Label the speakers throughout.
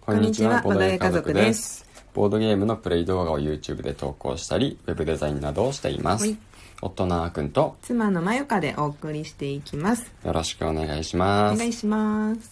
Speaker 1: こんにちは
Speaker 2: ボードゲーム家族です。
Speaker 1: ボードゲームのプレイ動画を YouTube で投稿したり、ウェブデザインなどをしていま
Speaker 2: は
Speaker 1: す
Speaker 2: い。
Speaker 1: 夫のあーくんと
Speaker 2: 妻のまゆかでお送りしていきます
Speaker 1: よろしくお願いし
Speaker 2: お
Speaker 1: ます。
Speaker 2: 願いします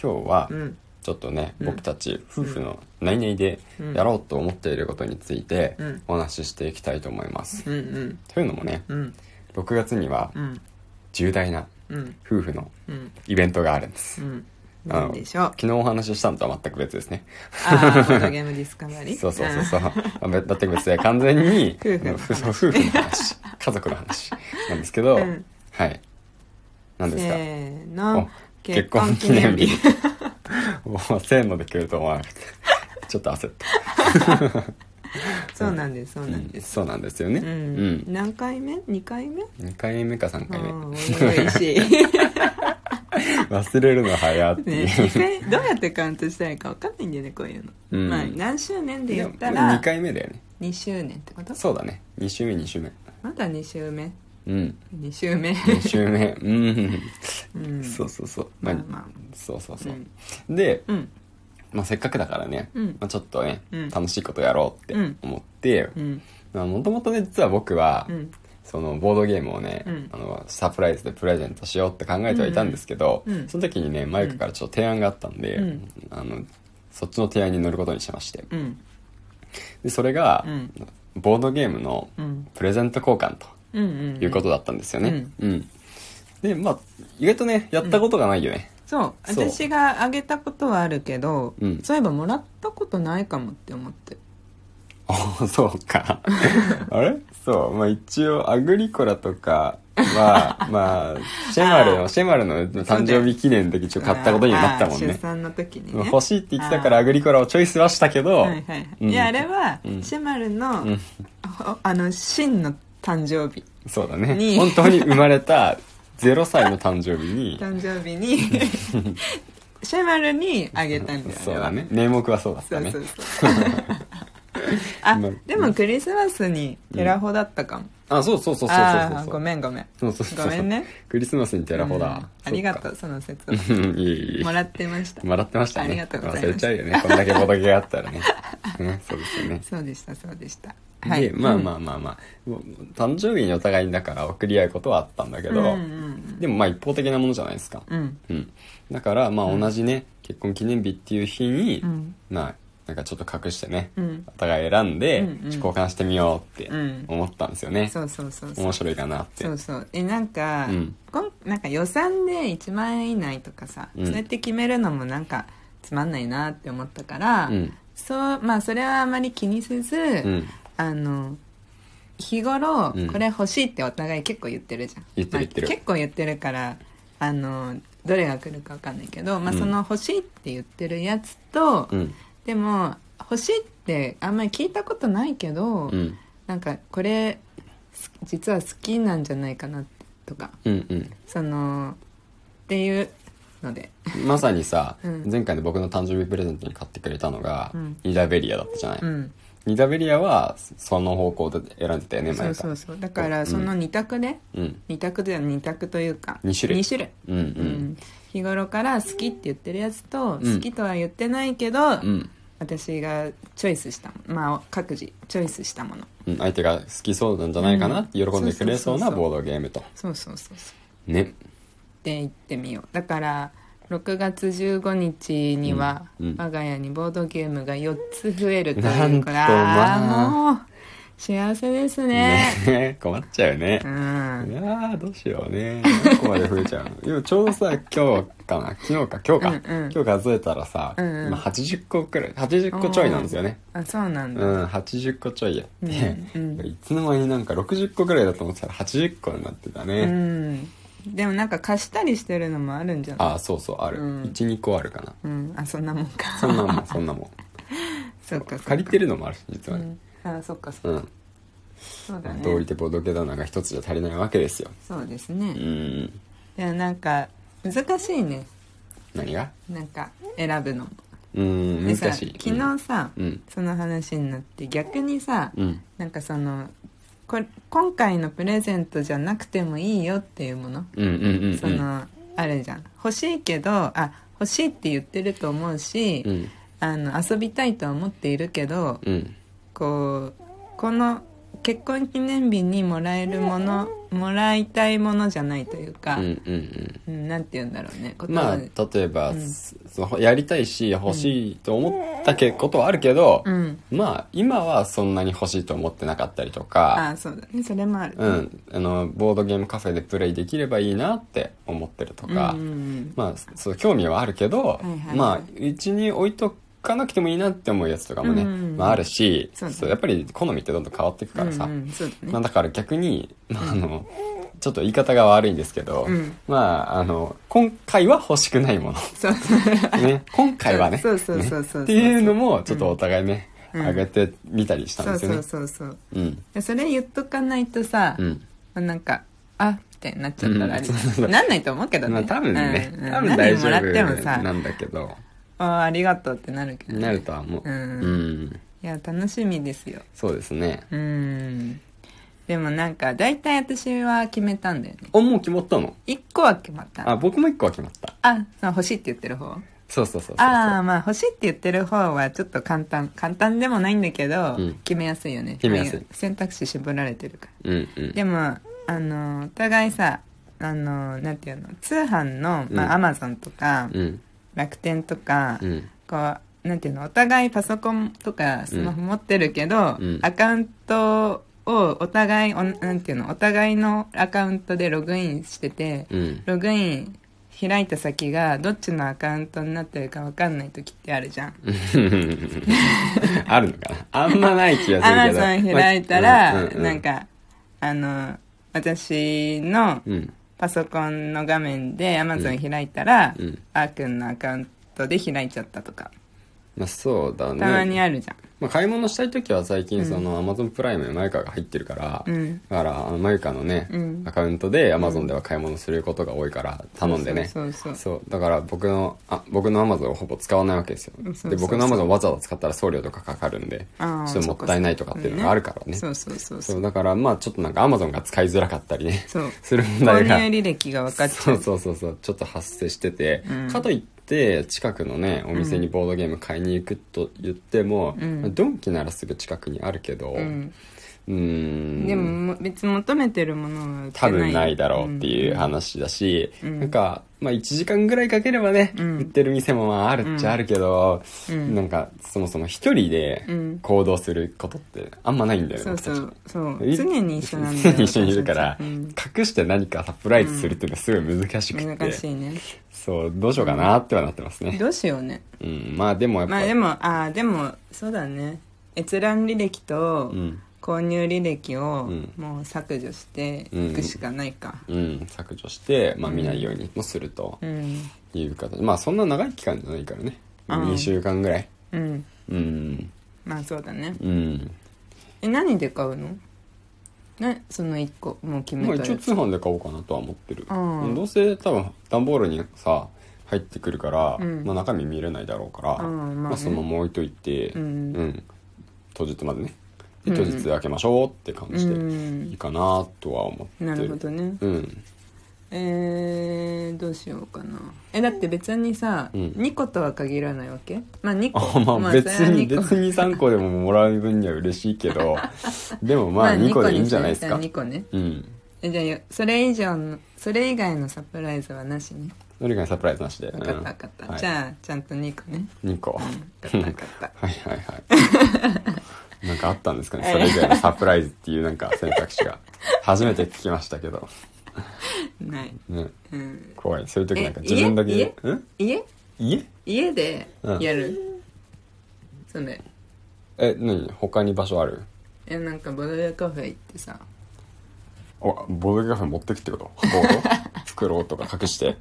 Speaker 1: 今日は
Speaker 2: うん
Speaker 1: ちょっとね、僕たち夫婦の内々で
Speaker 2: うん
Speaker 1: やろうと思っていることについて
Speaker 2: うん
Speaker 1: お話ししていきたいと思います。
Speaker 2: うんうん
Speaker 1: というのもね、
Speaker 2: うん
Speaker 1: 6月には
Speaker 2: うん
Speaker 1: 重大な
Speaker 2: うん
Speaker 1: 夫婦の
Speaker 2: うん
Speaker 1: イベントがあるんです。
Speaker 2: うん
Speaker 1: あ
Speaker 2: な
Speaker 1: の
Speaker 2: んでしょう
Speaker 1: 昨日お話ししたのとは全く別ですね。
Speaker 2: ああボードゲームディスカバリー
Speaker 1: そうそうそうそう。まあべ全く別で完全に
Speaker 2: 夫婦の 話
Speaker 1: そう夫婦の話、家族の話なんですけど、
Speaker 2: うん
Speaker 1: はい。
Speaker 2: う
Speaker 1: 何
Speaker 2: ん
Speaker 1: で
Speaker 2: せ
Speaker 1: すか
Speaker 2: ー
Speaker 1: お
Speaker 2: の
Speaker 1: 結婚記念日。もうせーので来ると思わなか った。ちょっと焦った。
Speaker 2: そうなんですそう
Speaker 1: う
Speaker 2: なんで
Speaker 1: ん、
Speaker 2: す
Speaker 1: そうなんですよね。
Speaker 2: う
Speaker 1: うんん。
Speaker 2: 何回目二回目
Speaker 1: 2回目か3
Speaker 2: う
Speaker 1: 回目。
Speaker 2: ん多いしね
Speaker 1: 忘れるの早っていう。
Speaker 2: 一回どうやってカウントしたいかわかんないんだよねこういう
Speaker 1: う
Speaker 2: の
Speaker 1: ん
Speaker 2: まあ何周年で
Speaker 1: で
Speaker 2: 言
Speaker 1: も
Speaker 2: ったら
Speaker 1: 2回目だよね。
Speaker 2: 2周年ってこと
Speaker 1: そうだね。2週目、2週目。
Speaker 2: まだ2周目
Speaker 1: うん。
Speaker 2: 2周目
Speaker 1: 2週目。うん。
Speaker 2: うん
Speaker 1: そうそうそう。
Speaker 2: ま
Speaker 1: ま
Speaker 2: あ
Speaker 1: あ、
Speaker 2: まあ
Speaker 1: そうそうそう
Speaker 2: う。ん
Speaker 1: で、
Speaker 2: うん
Speaker 1: まあ、せっかくだからね、
Speaker 2: うん
Speaker 1: まあ、ちょっとね、
Speaker 2: うん
Speaker 1: 楽しいことやろうって
Speaker 2: うん
Speaker 1: 思って
Speaker 2: うん
Speaker 1: もともとね実は僕は、
Speaker 2: うん
Speaker 1: そのボードゲームをね、
Speaker 2: うん
Speaker 1: あのサプライズでプレゼントしようって考えてはいたんですけど、
Speaker 2: うんうん
Speaker 1: その時にねマイクからちょっと提案があったんで、
Speaker 2: うん
Speaker 1: あのそっちの提案に乗ることにしまして
Speaker 2: うん
Speaker 1: でそれが、
Speaker 2: うん
Speaker 1: ボードゲームの
Speaker 2: うん
Speaker 1: プレゼント交換と
Speaker 2: うんうん
Speaker 1: いうことだったんですよね
Speaker 2: うん、
Speaker 1: うんでまあ意外とねやったことがないよね、
Speaker 2: そう
Speaker 1: そう
Speaker 2: 私があげたことはあるけど、
Speaker 1: うん
Speaker 2: そういえばもらったことないかもって思って
Speaker 1: お そうかあれそうまあ一応アグリコラとかはまあシェマル
Speaker 2: あー
Speaker 1: のシェマルの誕生日記念の時一応買ったことにはなったもん
Speaker 2: あー出
Speaker 1: ね
Speaker 2: 産の時に
Speaker 1: まあ
Speaker 2: ね
Speaker 1: 欲しいって言ってたから
Speaker 2: あー
Speaker 1: アグリコラをチョイスはしたけど、
Speaker 2: はいはいはい、
Speaker 1: うん
Speaker 2: いやあれは、
Speaker 1: うん
Speaker 2: シェマルの、
Speaker 1: うん
Speaker 2: ほあの真の誕生日
Speaker 1: そうだね
Speaker 2: に
Speaker 1: 本当に生まれ た0歳の誕生日に
Speaker 2: 誕生 日にシェマルにあげたんだよね
Speaker 1: そうだね名目はそうだっ
Speaker 2: そ
Speaker 1: た
Speaker 2: う
Speaker 1: ね
Speaker 2: そうそうあ
Speaker 1: まあ
Speaker 2: でもクリスマスにテラホだったかも、
Speaker 1: あそうそうそうそう
Speaker 2: あ
Speaker 1: そう
Speaker 2: あー
Speaker 1: そ
Speaker 2: ご
Speaker 1: う
Speaker 2: めんごめん
Speaker 1: そうそうそうそう
Speaker 2: ごめんね
Speaker 1: クリスマスにテラホだ、
Speaker 2: うんありがと
Speaker 1: う
Speaker 2: うその 説
Speaker 1: いえいえいえ
Speaker 2: もらってました
Speaker 1: もらってましたね。
Speaker 2: ありがとうございます
Speaker 1: 忘れちゃうよね。こんだけボドゲがあったら ね。ね、そうですよね。
Speaker 2: そうでしたそうでした
Speaker 1: で、まあま
Speaker 2: あ
Speaker 1: あまあまあ、もう誕生日にお互いにだから送り合うことはあったんだけど、
Speaker 2: うん
Speaker 1: でもまあ一方的なものじゃないですか。
Speaker 2: うんうん
Speaker 1: うん。だから、まあ同じね、結婚記念日っていう日に、
Speaker 2: うん
Speaker 1: まあ、なんかちょっと隠してね、
Speaker 2: うん
Speaker 1: お互い選んで、
Speaker 2: うんうん
Speaker 1: 交換してみようって
Speaker 2: うん
Speaker 1: 思ったんですよね。
Speaker 2: そうそうそうそう
Speaker 1: 面白いかなって。
Speaker 2: そうそうえなんか、
Speaker 1: うん
Speaker 2: こんなんか予算で1万円以内とかさ、
Speaker 1: うん
Speaker 2: そうやって決めるのもなんかつまんないなって思ったから、
Speaker 1: うん
Speaker 2: そうまあそれはあまり気にせず、
Speaker 1: うん。
Speaker 2: あの日頃
Speaker 1: うん
Speaker 2: これ欲しいってお互い結構言ってるじゃん、
Speaker 1: 言ってる言ってる
Speaker 2: まあ結構言ってるからあのどれが来るか分かんないけど、まあ、
Speaker 1: うん
Speaker 2: その欲しいって言ってるやつと、
Speaker 1: うん。
Speaker 2: でも欲しいってあんまり聞いたことないけど、
Speaker 1: うん。
Speaker 2: なんかこれす実は好きなんじゃないかなとか
Speaker 1: うんうん。
Speaker 2: そのっていうので
Speaker 1: まさにさ、
Speaker 2: うん
Speaker 1: 前回の僕の誕生日プレゼントに買ってくれたのが、
Speaker 2: うん
Speaker 1: ニダベリアだったじゃない、
Speaker 2: うん
Speaker 1: ニダベリアはその方向で選んでたよね
Speaker 2: そ
Speaker 1: 前
Speaker 2: う
Speaker 1: か
Speaker 2: そ
Speaker 1: ら
Speaker 2: うそうだから
Speaker 1: うん
Speaker 2: その2択で、
Speaker 1: うん
Speaker 2: 二択では二択というか
Speaker 1: 二種類
Speaker 2: 2種類
Speaker 1: うんう
Speaker 2: うんん、日頃から好きって言ってるやつ
Speaker 1: う
Speaker 2: と、
Speaker 1: ん
Speaker 2: 好きとは言ってないけど、
Speaker 1: うん、
Speaker 2: 私がチョイスしたものまあ各自チョイスしたもの
Speaker 1: うん、相手が好きそうなんじゃないかなって喜
Speaker 2: うん
Speaker 1: んでくれそう
Speaker 2: そうそうそう
Speaker 1: な
Speaker 2: そう
Speaker 1: ボードゲームと
Speaker 2: そうそうそうそう
Speaker 1: ね
Speaker 2: で行ってみようだから6月15日には、
Speaker 1: うんうん
Speaker 2: 我が家にボードゲームが4つ増えるという
Speaker 1: なんと
Speaker 2: から
Speaker 1: まあ
Speaker 2: もう幸せですね
Speaker 1: ね 困っちゃうよね
Speaker 2: う、
Speaker 1: い
Speaker 2: ん
Speaker 1: やーどうしようね何個まで増えち ゃうの今ちょうどさ今日かな昨日か今日か、
Speaker 2: うんうん
Speaker 1: 今日数えたらさ、
Speaker 2: うんうん
Speaker 1: 今80個くらい80個ちょいなんですよね
Speaker 2: あそうなんだ、
Speaker 1: うん、80個ちょいやって、
Speaker 2: うんうん
Speaker 1: いつの間になんか60個ぐらいだと思ってたら80個になってたね、
Speaker 2: うんでもなんか貸したりしてるのもあるんじゃない
Speaker 1: ああそうそうある、
Speaker 2: うん
Speaker 1: 12個あるかな
Speaker 2: うんあそんなもん か
Speaker 1: そんな もんそんなもん
Speaker 2: そっかそっか
Speaker 1: 借りてるのもあるし実はね
Speaker 2: うん、あそっかそっか、
Speaker 1: うん、
Speaker 2: そうだね
Speaker 1: 道理でボドゲ棚が一つじゃ足りないわけですよ
Speaker 2: そうです
Speaker 1: う
Speaker 2: ね、
Speaker 1: ん
Speaker 2: でもなんか難しいね
Speaker 1: 何が
Speaker 2: なんか選ぶの
Speaker 1: うん
Speaker 2: でさ
Speaker 1: 難しい
Speaker 2: 昨日さ、
Speaker 1: うん
Speaker 2: その話になって逆にさ、
Speaker 1: うん
Speaker 2: なんかそのこれ今回のプレゼントじゃなくてもいいよっていうもの、
Speaker 1: うんうんうんうん
Speaker 2: そのあるじゃん欲しいけどあ欲しいって言ってると思うし、
Speaker 1: うん
Speaker 2: あの遊びたいとは思っているけど
Speaker 1: うん
Speaker 2: こうこの結婚記念日にもらえるものもらいたいものじゃないというか、
Speaker 1: う
Speaker 2: うん
Speaker 1: うんん
Speaker 2: なんて言うんだろうね言
Speaker 1: うんま
Speaker 2: 葉
Speaker 1: あ
Speaker 2: で、
Speaker 1: 例えば、
Speaker 2: うん
Speaker 1: そのやりたいし欲しいと思ったけことはあるけど、
Speaker 2: うん
Speaker 1: まあ今はそんなに欲しいと思ってなかったりと
Speaker 2: あ
Speaker 1: か
Speaker 2: あそうだねそれもある、
Speaker 1: うん、あのボードゲームカフェでプレイできればいいなって思ってると
Speaker 2: うんうん
Speaker 1: か、
Speaker 2: うん
Speaker 1: まあそう興味はあるけど、
Speaker 2: いはいはい
Speaker 1: まあうちに置いとかなくてもいいなって思うやつとかもね、
Speaker 2: うんうんうん
Speaker 1: まあ、あるし
Speaker 2: そうだね
Speaker 1: やっぱり好みってどんどん変わっていくからさ、
Speaker 2: うんうんそうだね
Speaker 1: まあ、だから逆に、まあ、あのちょっと言い方が悪いんですけど、
Speaker 2: うん
Speaker 1: まああの今回は欲しくないも
Speaker 2: そう
Speaker 1: の、ね、今回はね
Speaker 2: そうそうそうそうそ
Speaker 1: ね
Speaker 2: う
Speaker 1: っていうのもちょっとお互いね、
Speaker 2: うん
Speaker 1: 上げてみたりしたん
Speaker 2: そ
Speaker 1: で
Speaker 2: う
Speaker 1: すよね
Speaker 2: そうそうそう
Speaker 1: うん
Speaker 2: でそれ言っとかないとさ、
Speaker 1: うん
Speaker 2: なんかあみたいになっちゃったらあれ
Speaker 1: うんそうそう
Speaker 2: なんないと思うけどね、
Speaker 1: まあ多分ね、
Speaker 2: うんうん
Speaker 1: 多分大丈
Speaker 2: 何もらっても
Speaker 1: 夫な
Speaker 2: さ
Speaker 1: んだけど
Speaker 2: あーありがとうってなるけどね、
Speaker 1: なるとは思う
Speaker 2: うん
Speaker 1: うん、
Speaker 2: いや楽しみですよ
Speaker 1: そうですね
Speaker 2: うんでもなんか大体私は決めたんだよね
Speaker 1: おもう決まったの
Speaker 2: 1個は決まった
Speaker 1: あ
Speaker 2: あ
Speaker 1: 僕も一個は決まった
Speaker 2: その欲しいって言ってる方
Speaker 1: そうそうそうそう
Speaker 2: ああまあ欲しいって言ってる方はちょっと簡単簡単でもないんだけど、
Speaker 1: うん
Speaker 2: 決めやすいよね
Speaker 1: 決めやすい
Speaker 2: ああう選択肢絞られてるから
Speaker 1: うんうん
Speaker 2: でもあのお互いさあのなんていうの通販の
Speaker 1: うん
Speaker 2: まあアマゾンとか、
Speaker 1: うん
Speaker 2: 楽天とか、
Speaker 1: うん
Speaker 2: こうなんていうのお互いパソコンとかスマホ持ってるけど、
Speaker 1: うん
Speaker 2: アカウントをお互いおなんていうのお互いのアカウントでログインしてて、
Speaker 1: うん
Speaker 2: ログイン開いた先がどっちのアカウントになってるか分かんない時ってあるじゃん
Speaker 1: あるのかなあんまない気がす
Speaker 2: ア
Speaker 1: る
Speaker 2: マ
Speaker 1: け
Speaker 2: ゾ
Speaker 1: ど
Speaker 2: ン開いたら、
Speaker 1: まあううう
Speaker 2: なんかあの私の
Speaker 1: うん
Speaker 2: パソコンの画面でアマゾン開いたら、
Speaker 1: うん
Speaker 2: あーくんのアカウントで開いちゃったとか
Speaker 1: まあそうだね
Speaker 2: たまにあるじゃん、
Speaker 1: まあ、買い物したい時は最近その Amazon プライムにマユカが入ってるから、
Speaker 2: うん
Speaker 1: だからあのマユカのね、
Speaker 2: うん
Speaker 1: アカウントで Amazon では買い物することが多いから頼んでね
Speaker 2: そうそうそう
Speaker 1: だから僕のあ僕の Amazon をほぼ使わないわけですよ
Speaker 2: そうそう
Speaker 1: で僕の Amazon わざわざ使ったら送料とかかかるんでち
Speaker 2: あ
Speaker 1: ょ
Speaker 2: ー
Speaker 1: っともったいないとかっていうのがあるからね
Speaker 2: そうそうそう
Speaker 1: そ
Speaker 2: そう
Speaker 1: うだからまあちょっとなんか Amazon が使いづらかったりね
Speaker 2: そう
Speaker 1: する問
Speaker 2: 購
Speaker 1: 題
Speaker 2: 入
Speaker 1: が
Speaker 2: 履歴が分かっち
Speaker 1: そ
Speaker 2: ゃ
Speaker 1: う
Speaker 2: う
Speaker 1: そうそうそうちょっと発生してて、
Speaker 2: うん
Speaker 1: かといって近くのねお店にボードゲーム買いに行くと言っても、
Speaker 2: うん
Speaker 1: ドンキならすぐ近くにあるけどう
Speaker 2: う
Speaker 1: ー
Speaker 2: ん、
Speaker 1: ん
Speaker 2: でもも別に求めてるものは売ってな
Speaker 1: 多
Speaker 2: い
Speaker 1: 分ないだろうっていう話だし、
Speaker 2: うん
Speaker 1: なんか、まあ、1時間ぐらいかければね、
Speaker 2: うん
Speaker 1: 売ってる店もまああるっちゃあるけど、
Speaker 2: うん
Speaker 1: なんかそもそも一人で
Speaker 2: うん
Speaker 1: 行動することってあんまないんだよね、
Speaker 2: そう
Speaker 1: 僕
Speaker 2: そ
Speaker 1: たち
Speaker 2: うそう
Speaker 1: い
Speaker 2: 常に一緒なんだ
Speaker 1: 常
Speaker 2: よ
Speaker 1: に 一緒にいるから、
Speaker 2: うん
Speaker 1: 隠して何かサプライズするっていうのはすごい難しくって、
Speaker 2: 難しいね
Speaker 1: そうどうしようかなってはなってますね、
Speaker 2: どうしようね
Speaker 1: うん、まあでもやっぱ、
Speaker 2: まあでもああでもそうだね閲覧履歴と、
Speaker 1: うん、
Speaker 2: 購入履歴を
Speaker 1: うん
Speaker 2: もう削除していくしかないか
Speaker 1: うん、削除して、まあ、見ないようにもすると
Speaker 2: うん
Speaker 1: いう形、まあそんな長い期間じゃないからね、
Speaker 2: うん
Speaker 1: 2週間ぐらい
Speaker 2: うん、
Speaker 1: うん
Speaker 2: まあそうだね
Speaker 1: うん
Speaker 2: え何で買うのなその1個もう決め
Speaker 1: まあ
Speaker 2: た
Speaker 1: 一応
Speaker 2: や
Speaker 1: 通
Speaker 2: つ
Speaker 1: 販で買おうかなとは思ってる、
Speaker 2: うん
Speaker 1: どうせ多分段ボールにさ入ってくるから、
Speaker 2: うん
Speaker 1: まあ、中身見れないだろうから、
Speaker 2: うんまあね
Speaker 1: そのまま置いといて、
Speaker 2: うん
Speaker 1: うん当日までね
Speaker 2: う
Speaker 1: で
Speaker 2: ん
Speaker 1: 当日開けましょうって感じ
Speaker 2: う
Speaker 1: でいい
Speaker 2: ん
Speaker 1: かなとは思ってる
Speaker 2: なるほどね
Speaker 1: うん
Speaker 2: えー、どうしようかなえだって別にさ、
Speaker 1: う
Speaker 2: 二
Speaker 1: ん
Speaker 2: 2個とは限らないわけまあ2
Speaker 1: あ
Speaker 2: 個
Speaker 1: まあ別
Speaker 2: それは
Speaker 1: に
Speaker 2: 二個
Speaker 1: 別に3個でももらう分には嬉しいけ どでもまあ2個でいいんじゃないですか
Speaker 2: 2個ね
Speaker 1: うん
Speaker 2: えじゃあよそれ以上のそれ以外のサプライズはなしね
Speaker 1: どれかにサプライズなしで
Speaker 2: 分かった分かった、
Speaker 1: はい
Speaker 2: じゃあちゃんと2個ね
Speaker 1: 2個
Speaker 2: 分かった分かっ
Speaker 1: はいはいはい なんかあったんですかねそれ以外のサプライズっていうなんか選択肢が初めて聞きましたけど
Speaker 2: たない、
Speaker 1: ね
Speaker 2: うん、
Speaker 1: 怖いそういう時なんか
Speaker 2: え
Speaker 1: 自分だ
Speaker 2: 家
Speaker 1: けうん
Speaker 2: 家
Speaker 1: 家
Speaker 2: 家でやる、それ
Speaker 1: え何他に場所ある
Speaker 2: えなんかボドゲカフェ行ってさ
Speaker 1: おボードゲームカフェ持ってくってこと箱を 袋をとか隠して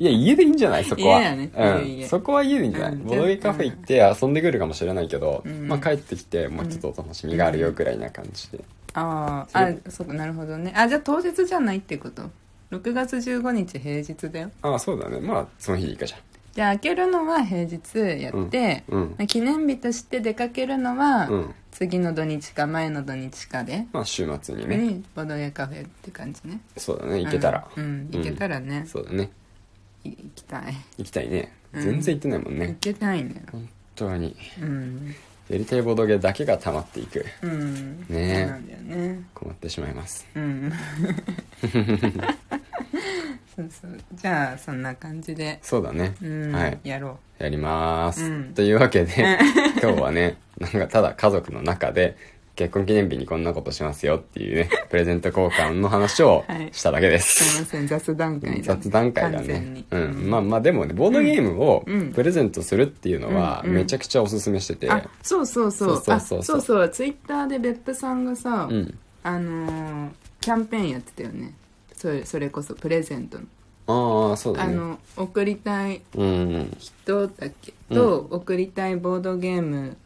Speaker 1: いや家でいいんじゃないそこは
Speaker 2: 家だね家
Speaker 1: う
Speaker 2: 家
Speaker 1: ん、そこは家でいいんじゃない、
Speaker 2: うん
Speaker 1: ボードゲームカフェ行って遊んでくるかもしれないけど、
Speaker 2: うん
Speaker 1: まあ帰ってきてもうちょっとお楽しみがあるよぐらいな感じで、
Speaker 2: あ
Speaker 1: そ
Speaker 2: ー
Speaker 1: う
Speaker 2: あそうなるほどねあじゃあ当日じゃないってこと6月15日平日だよ
Speaker 1: ああそうだねまあその日でいいかじゃん
Speaker 2: じゃあ開けるのは平日やって、
Speaker 1: うんうん
Speaker 2: まあ記念日として出かけるのは、
Speaker 1: うん
Speaker 2: 次の土日か前の土日かで、
Speaker 1: まあ週末にね、
Speaker 2: にボドゲカフェって感じね
Speaker 1: そうだね行けたら、
Speaker 2: うん、うん行けたらね、
Speaker 1: そうだね
Speaker 2: い行きたい
Speaker 1: 行きたいね
Speaker 2: うん
Speaker 1: 全然行ってないもん
Speaker 2: 行
Speaker 1: ね、
Speaker 2: けたいんだよ
Speaker 1: 本当に
Speaker 2: うん
Speaker 1: やりたいボードゲーだけが溜まっていく
Speaker 2: うん
Speaker 1: ねえ
Speaker 2: そうなんだよね
Speaker 1: 困ってしまいます
Speaker 2: うん そうそうじゃあそんな感じで、
Speaker 1: そうだね、
Speaker 2: うん
Speaker 1: はい
Speaker 2: やろ
Speaker 1: やります、
Speaker 2: うん
Speaker 1: というわけで 今日はねなんかただ家族の中で結婚記念日にこんなことしますよって いうねプレゼント交換の話を
Speaker 2: はい
Speaker 1: しただけで
Speaker 2: うすい
Speaker 1: す、
Speaker 2: ません雑談会だね
Speaker 1: 雑談会だ
Speaker 2: 完全
Speaker 1: ね
Speaker 2: に、
Speaker 1: うん、まあまあでもねボードゲームを
Speaker 2: うん
Speaker 1: プレゼントするっていうのは
Speaker 2: うんうん
Speaker 1: めちゃくちゃおすすめしてて、
Speaker 2: あそうそうそう
Speaker 1: そう
Speaker 2: あ
Speaker 1: そ
Speaker 2: そう
Speaker 1: そうそう
Speaker 2: うそうツイッターで別府さんがさ、
Speaker 1: うん
Speaker 2: あのーキャンペーンやってたよねそれそれこそプレゼントの、
Speaker 1: ああそうだ
Speaker 2: あ
Speaker 1: ね
Speaker 2: の送りたい
Speaker 1: うん
Speaker 2: 人だっけと、送りたいボードゲーム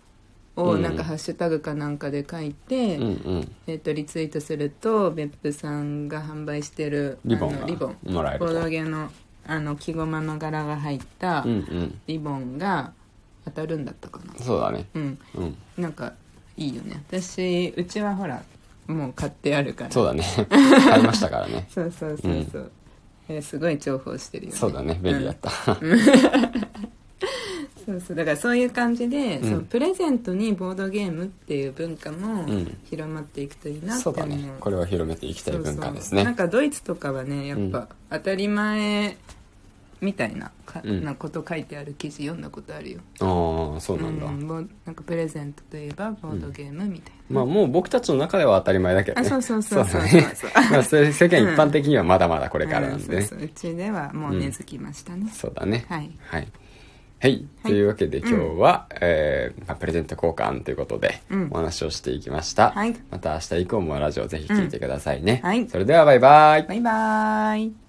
Speaker 2: をなんかハッシュタグかなんかで書いて、
Speaker 1: うんうん
Speaker 2: えー、とリツイートすると別府さんが販売してる
Speaker 1: リボン
Speaker 2: あ
Speaker 1: が
Speaker 2: のリボン
Speaker 1: もらえる
Speaker 2: ボ
Speaker 1: と
Speaker 2: ードゲームのあの木駒の柄が入った
Speaker 1: うんうん
Speaker 2: リボンが当たるんだったかな
Speaker 1: そうだね
Speaker 2: うん
Speaker 1: うん
Speaker 2: なんかいいよね私うちはほらもう買ってあるから
Speaker 1: そうだ ね買いましたからね
Speaker 2: そうそうそうそう、えーすごい重宝してるよね
Speaker 1: そうだね便利だった、
Speaker 2: そうそうだからそういう感じで、
Speaker 1: うん
Speaker 2: そのプレゼントにボードゲームっていう文化も
Speaker 1: うん
Speaker 2: 広まっていくといいなって
Speaker 1: そう
Speaker 2: 思う,、
Speaker 1: だねこれは広めていきたい
Speaker 2: そうそう
Speaker 1: 文化です
Speaker 2: なん
Speaker 1: ね
Speaker 2: かドイツとかはねやっ
Speaker 1: うん
Speaker 2: ぱ当たり前みたいなか、
Speaker 1: うん
Speaker 2: なこと書いてある記事読んだことあるよ
Speaker 1: ああそうなんだ、
Speaker 2: うんボなんかプレゼントといえばボードゲームみたい
Speaker 1: まあもう僕たちの中では当たり前だけど
Speaker 2: な、
Speaker 1: ね
Speaker 2: あそうそうそう そう
Speaker 1: だ
Speaker 2: そう
Speaker 1: ね
Speaker 2: そう
Speaker 1: まあそれ世間一般的にはまだまだこれからなんで
Speaker 2: う
Speaker 1: ね
Speaker 2: そうそううちではもう根付きましたね、
Speaker 1: そうだね
Speaker 2: はい
Speaker 1: はい、はいというわけで今日は、えーまあ、プレゼント交換ということで
Speaker 2: うん
Speaker 1: お話をしていきました、
Speaker 2: はい
Speaker 1: また明日以降もラジオぜひ聞いてくださいね、
Speaker 2: うんはい
Speaker 1: それではバイバイ
Speaker 2: バイバーイ